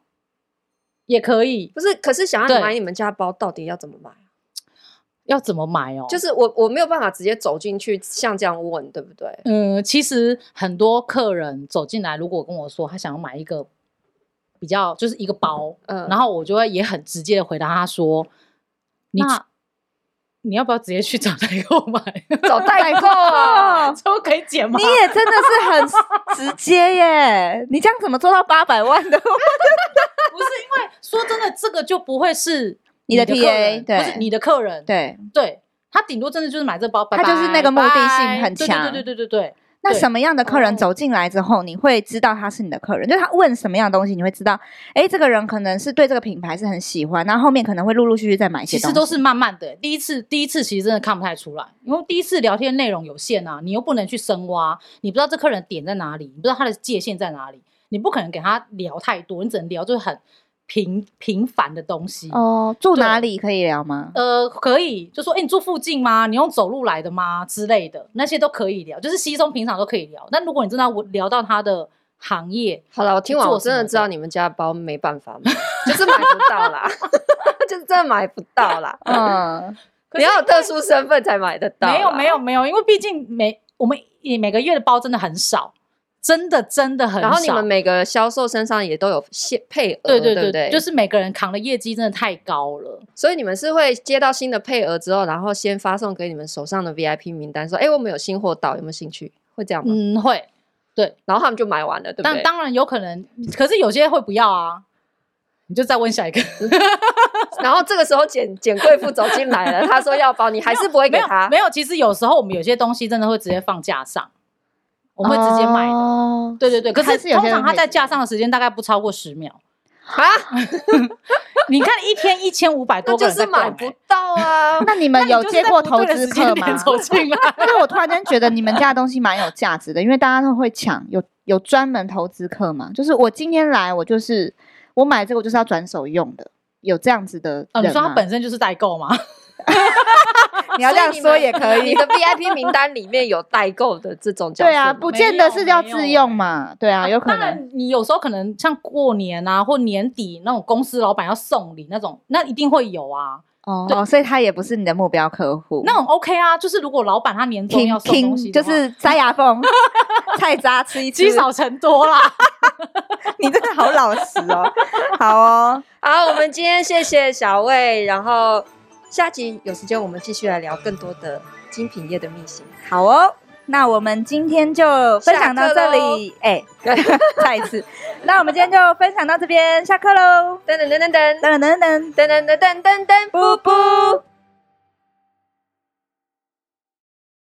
[SPEAKER 3] 也可以。
[SPEAKER 1] 不是，可是想要你
[SPEAKER 3] 对
[SPEAKER 1] 买你们家包，到底要怎么买？
[SPEAKER 3] 要怎么买哦？
[SPEAKER 1] 就是我我没有办法直接走进去，像这样问，对不对？
[SPEAKER 3] 嗯，其实很多客人走进来，如果跟我说他想要买一个比较就是一个包，
[SPEAKER 1] 嗯，
[SPEAKER 3] 然后我就会也很直接的回答他说：“你
[SPEAKER 2] 那
[SPEAKER 3] 你要不要直接去找代购买？哦
[SPEAKER 1] 找代购 啊，
[SPEAKER 3] 这个可以减吗
[SPEAKER 2] 你？”也真的是很直接耶！你这样怎么做到八百万的？
[SPEAKER 3] 不是因为说真的，这个就不会是
[SPEAKER 2] 你的
[SPEAKER 3] 客人
[SPEAKER 2] TA 对
[SPEAKER 3] 不是你的客人，
[SPEAKER 2] 对，
[SPEAKER 3] 对他顶多真的就是买这包，拜
[SPEAKER 2] 他就是
[SPEAKER 3] 拜
[SPEAKER 2] 那个目的
[SPEAKER 3] 拜
[SPEAKER 2] 性很
[SPEAKER 3] 对
[SPEAKER 2] 强
[SPEAKER 3] 对对对对对对。
[SPEAKER 2] 那
[SPEAKER 3] 对
[SPEAKER 2] 什么样的客人
[SPEAKER 1] 哦
[SPEAKER 2] 走进来之后，你会知道他是你的客人？就是他问什么样的东西，你会知道，哎，这个人可能是对这个品牌是很喜欢，然后后面可能会陆陆续续再买一些
[SPEAKER 3] 其
[SPEAKER 2] 东西。
[SPEAKER 3] 实都是慢慢的。第一次，第一次其实真的看不太出来，因为第一次聊天内容有限啊，你又不能去深挖，你不知道这客人的点在哪里，你不知道他的界限在哪里，你不可能给他聊太多，你只能聊就是很平平凡的东西。
[SPEAKER 2] 哦，住
[SPEAKER 3] 对
[SPEAKER 2] 哪里可以聊吗？
[SPEAKER 3] 呃，可以，就说，哎、你住附近吗？你用走路来的吗？之类的，那些都可以聊，就是稀松平常都可以聊。那如果你真的要聊到他的行业，
[SPEAKER 1] 好了，我听完
[SPEAKER 3] 做
[SPEAKER 1] 我真
[SPEAKER 3] 什
[SPEAKER 1] 的
[SPEAKER 3] 么
[SPEAKER 1] 知道
[SPEAKER 3] 的
[SPEAKER 1] 你们家的包没办法买，就是买不到啦， 就是真的买不到啦。
[SPEAKER 2] 嗯，
[SPEAKER 3] 可
[SPEAKER 1] 你
[SPEAKER 3] 是
[SPEAKER 1] 要有特殊身份才买得到啦。
[SPEAKER 3] 没有没有没有，因为毕竟每我们也每个月的包真的很少，真的真的很少。
[SPEAKER 1] 然后你们每个销售身上也都有限配额，
[SPEAKER 3] 对对
[SPEAKER 1] 对不
[SPEAKER 3] 对
[SPEAKER 1] 对，
[SPEAKER 3] 就是每个人扛的业绩真的太高了。
[SPEAKER 1] 所以你们是会接到新的配额之后，然后先发送给你们手上的 VIP 名单，说，哎，我们有新货到，有没有兴趣？会这样吗？
[SPEAKER 3] 嗯，会。
[SPEAKER 1] 然后他们就买完了，对不
[SPEAKER 3] 但
[SPEAKER 1] 对？
[SPEAKER 3] 当然有可能，可是有些会不要啊。你就再问下一个，
[SPEAKER 1] 然后这个时候简简贵妇走进来了，她说要包，你还是不会
[SPEAKER 3] 没
[SPEAKER 1] 给
[SPEAKER 3] 有
[SPEAKER 1] 她
[SPEAKER 3] 没。有。其实有时候我们有些东西真的会直接放架上，我
[SPEAKER 2] 我
[SPEAKER 3] 们会直接
[SPEAKER 1] 哦
[SPEAKER 3] 卖的。
[SPEAKER 2] 的。
[SPEAKER 3] 对对对，可
[SPEAKER 2] 哦还
[SPEAKER 3] 是
[SPEAKER 2] 是有
[SPEAKER 3] 通
[SPEAKER 2] 些人
[SPEAKER 3] 常它
[SPEAKER 2] 可以
[SPEAKER 3] 在
[SPEAKER 2] 直
[SPEAKER 3] 架上的时间大概不超过十秒。
[SPEAKER 1] 啊，
[SPEAKER 3] 你看一天一千五百
[SPEAKER 1] 那
[SPEAKER 3] 多个
[SPEAKER 1] 就
[SPEAKER 3] 人
[SPEAKER 1] 是
[SPEAKER 3] 在
[SPEAKER 1] 买
[SPEAKER 3] 逛
[SPEAKER 1] 不
[SPEAKER 3] 欸，
[SPEAKER 1] 到啊。
[SPEAKER 2] 哦那你们有接过投资客
[SPEAKER 3] 吗
[SPEAKER 2] 吗？？
[SPEAKER 3] 走 进来，
[SPEAKER 2] 因为我突然间觉得你们家的东西蛮有价值的，因为大家都会抢，有有专门投资客嘛，就是我今天来，我就是我买这个我就是要转手用的，有这样子的人
[SPEAKER 3] 哦，你说它
[SPEAKER 2] 吗
[SPEAKER 3] 本身就是代购吗？
[SPEAKER 2] 你要这样说也可以
[SPEAKER 1] 你，的 VIP 名单里面有代购的这种角色
[SPEAKER 2] 对啊，
[SPEAKER 1] 吗
[SPEAKER 2] 不见得是要自用嘛，对啊，有可
[SPEAKER 3] 欸当
[SPEAKER 2] 能
[SPEAKER 3] 然，你有时候可能像过年啊，或年底那种公司老板要送礼那种，那一定会有啊。
[SPEAKER 2] 哦，所以他也不是你的目标客户，
[SPEAKER 3] 那种 OK 啊，就是如果老板他年终
[SPEAKER 2] 挺
[SPEAKER 3] 要送东西
[SPEAKER 2] 挺
[SPEAKER 3] 的
[SPEAKER 2] 就
[SPEAKER 3] 话，
[SPEAKER 2] 是塞牙缝 菜渣吃一吃
[SPEAKER 3] 积，少成多啦。
[SPEAKER 2] 你真的好老实哦，好哦，
[SPEAKER 1] 好，我们今天谢谢小魏，然后下集有时间我们继续来聊更多的精品业的秘辛。
[SPEAKER 2] 好哦，那我们今天就分享到这里。哎， 再一次，那我们今天就分享到这边，下课喽。
[SPEAKER 1] 噔噔噔噔噔噔
[SPEAKER 2] 噔噔噔噔，
[SPEAKER 1] 噔噔噔噔噔，
[SPEAKER 2] 布布。